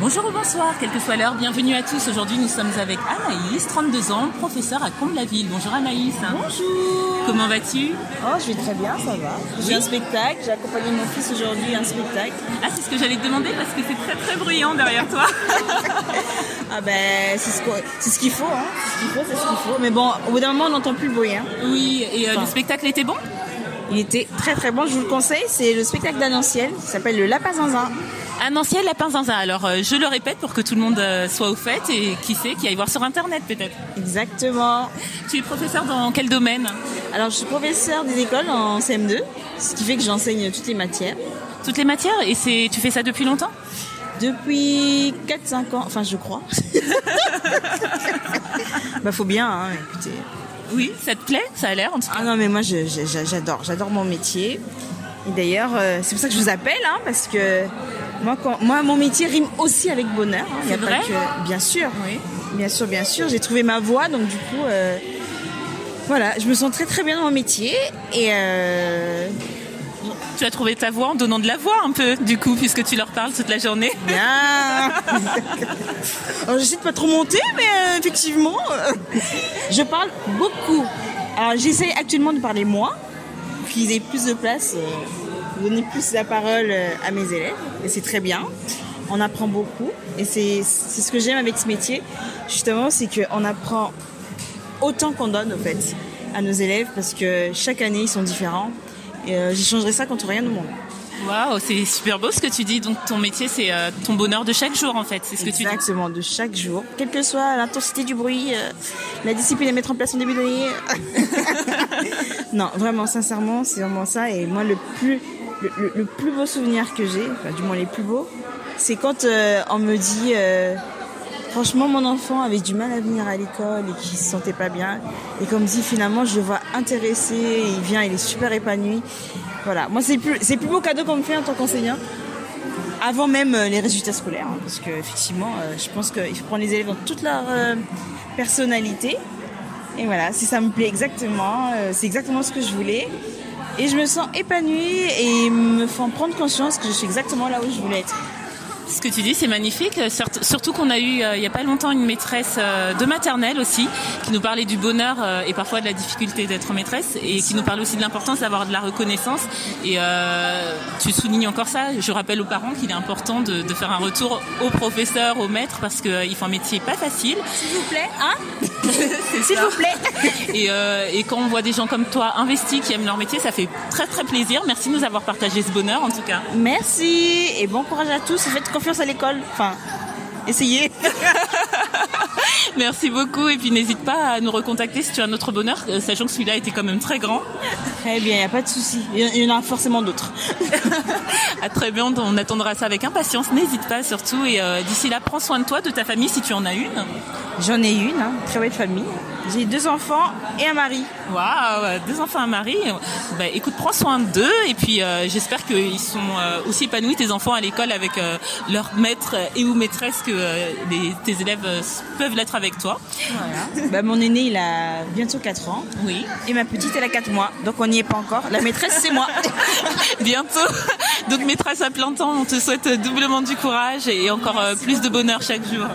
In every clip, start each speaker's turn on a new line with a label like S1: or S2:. S1: Bonjour ou bonsoir, quelle que soit l'heure, bienvenue à tous. Aujourd'hui, nous sommes avec Anaïs, 32 ans, professeur à Comble-la-Ville. Bonjour Anaïs. Bonjour. Comment vas-tu
S2: Oh, je vais très bien, ça va. J'ai un spectacle, j'ai accompagné mon fils aujourd'hui à un spectacle.
S1: Ah, c'est ce que j'allais te demander parce que c'est très très bruyant derrière toi.
S2: Ah ben, c'est ce qu'on- c'est ce qu'il faut, hein. C'est ce qu'il faut, c'est ce qu'il faut. Mais bon, au bout d'un moment, on n'entend plus le bruit, hein.
S1: Oui, et euh, le
S2: Enfin.
S1: spectacle était bon
S2: Il était très très bon, je vous le conseille. C'est le spectacle d'Annonciel, ça s'appelle le Lapin Zinzin.
S1: Annonciel Lapin Zinzin. Alors, euh, je le répète pour que tout le monde euh, soit au fait et qui sait, qui aille voir sur Internet peut-être.
S2: Exactement.
S1: Tu es professeur dans quel domaine
S2: Alors, je suis professeur des écoles en CM2, ce qui fait que j'enseigne toutes les matières.
S1: Toutes les matières Et c'est, tu fais ça depuis longtemps
S2: Depuis 4-5 ans, enfin, je crois. bah, faut bien, hein, écoutez.
S1: Oui. Ça te plaît Ça a l'air en tout cas.
S2: Ah non, mais moi, je- je- je- j'adore, j'adore mon métier. Et d'ailleurs, euh, c'est pour ça que je vous appelle, hein, parce que moi, quand, moi, mon métier rime aussi avec bonheur. hein. Il y a
S1: C'est
S2: pas
S1: vrai
S2: que- Bien sûr,
S1: Oui.
S2: bien sûr, bien sûr. J'ai trouvé ma voie, donc du coup, euh, voilà, je me sens très très bien dans mon métier. Et euh,
S1: Tu as trouvé ta voix en donnant de la voix un peu, du coup, puisque tu leur parles toute la journée.
S2: bien. Alors, j'essaie de pas trop monter, mais euh, effectivement, euh, je parle beaucoup. Alors, j'essaie actuellement de parler moins, pour qu'ils aient plus de place, euh, pour donner plus la parole euh, à mes élèves. Et c'est très bien. On apprend beaucoup. Et c'est c'est ce que j'aime avec ce métier, justement, c'est qu'on apprend autant qu'on donne, en fait, à nos élèves, parce que chaque année, ils sont différents. Et euh, j'échangerais ça contre rien au monde.
S1: Waouh, c'est super beau ce que tu dis. Donc ton métier, c'est euh, ton bonheur de chaque jour en fait. C'est ce que tu dis.
S2: Exactement, de chaque jour, quelle que soit l'intensité du bruit, euh, la discipline à mettre en place en début d'année. non, vraiment, sincèrement, c'est vraiment ça. Et moi, le plus, le, le- le plus beau souvenir que j'ai, enfin, du moins les plus beaux, c'est quand euh, on me dit, euh, franchement, mon enfant avait du mal à venir à l'école et qu'il se sentait pas bien. Et comme dit, finalement, je le vois intéressé, il vient, il est super épanoui. Voilà, moi, c'est le plus, c'est le plus beau cadeau qu'on me fait en tant qu'enseignant avant même euh, les résultats scolaires, hein, parce que effectivement, euh, je pense qu'il faut prendre les élèves dans toute leur euh, personnalité. Et voilà, si ça me plaît exactement, euh, c'est exactement ce que je voulais. Et je me sens épanouie et me font prendre conscience que je suis exactement là où je voulais être.
S1: Ce que tu dis, c'est magnifique. Surt- Surtout qu'on a eu euh, il n'y a pas longtemps une maîtresse euh, de maternelle aussi qui nous parlait du bonheur euh, et parfois de la difficulté d'être maîtresse et qui nous parlait aussi de l'importance d'avoir de la reconnaissance. Et euh, tu soulignes encore ça. Je rappelle aux parents qu'il est important de, de faire un retour aux professeurs, aux maîtres parce qu'ils font un métier pas facile.
S2: S'il vous plaît, hein S'il vous plaît
S1: Et, euh, et quand on voit des gens comme toi investis qui aiment leur métier, ça fait très très plaisir. Merci de nous avoir partagé ce bonheur en tout cas.
S2: Merci et bon courage à tous. Faites confiance à l'école. Enfin, essayez.
S1: Merci beaucoup et puis n'hésite pas à nous recontacter si tu as notre bonheur, euh, sachant que celui-là était quand même très grand.
S2: Très Eh bien, il n'y a pas de souci. Il y- il y en a forcément d'autres.
S1: À très bien, on attendra ça avec impatience. N'hésite pas surtout et euh, d'ici là, prends soin de toi, de ta famille si tu en as une.
S2: J'en ai une, hein, très belle famille. J'ai deux enfants et un mari.
S1: Waouh, deux enfants à mari. Bah, écoute, prends soin d'eux et puis euh, j'espère qu'ils sont euh, aussi épanouis tes enfants à l'école avec euh, leur maître et ou maîtresse que euh, les- tes élèves euh, peuvent l'être avec toi.
S2: Bah, mon aîné, il a bientôt 4 ans.
S1: Oui.
S2: Et ma petite, elle a 4 mois. Donc on n'y est pas encore. La maîtresse, c'est moi.
S1: bientôt. Donc maîtresse à plein temps, on te souhaite doublement du courage et encore euh, plus de bonheur chaque jour.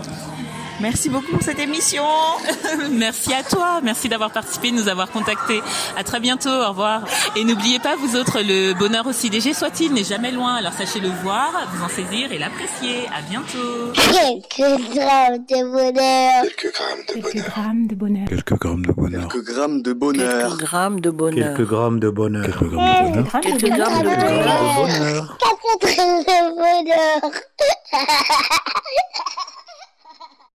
S2: Merci beaucoup pour cette émission.
S1: Merci à toi, merci d'avoir participé, de nous avoir contactés. À très bientôt, au revoir. Et n'oubliez pas, vous autres, le bonheur aussi léger soit-il n'est jamais loin. Alors sachez le voir, vous en saisir et l'apprécier. À bientôt.
S3: Quelques grammes de bonheur.
S4: Quelques grammes de
S5: Quelques
S4: bonheur.
S5: grammes de bonheur.
S6: Quelques grammes
S7: Quelques grammes de bonheur.
S6: de bonheur.
S8: Quelques grammes de bonheur.
S9: Quelques grammes de bonheur.
S6: Quelques
S5: Grammes de
S6: grammes de bonheur.
S8: Quelques
S5: bonheur.
S8: grammes de bonheur.
S3: Quatre grammes de bonheur.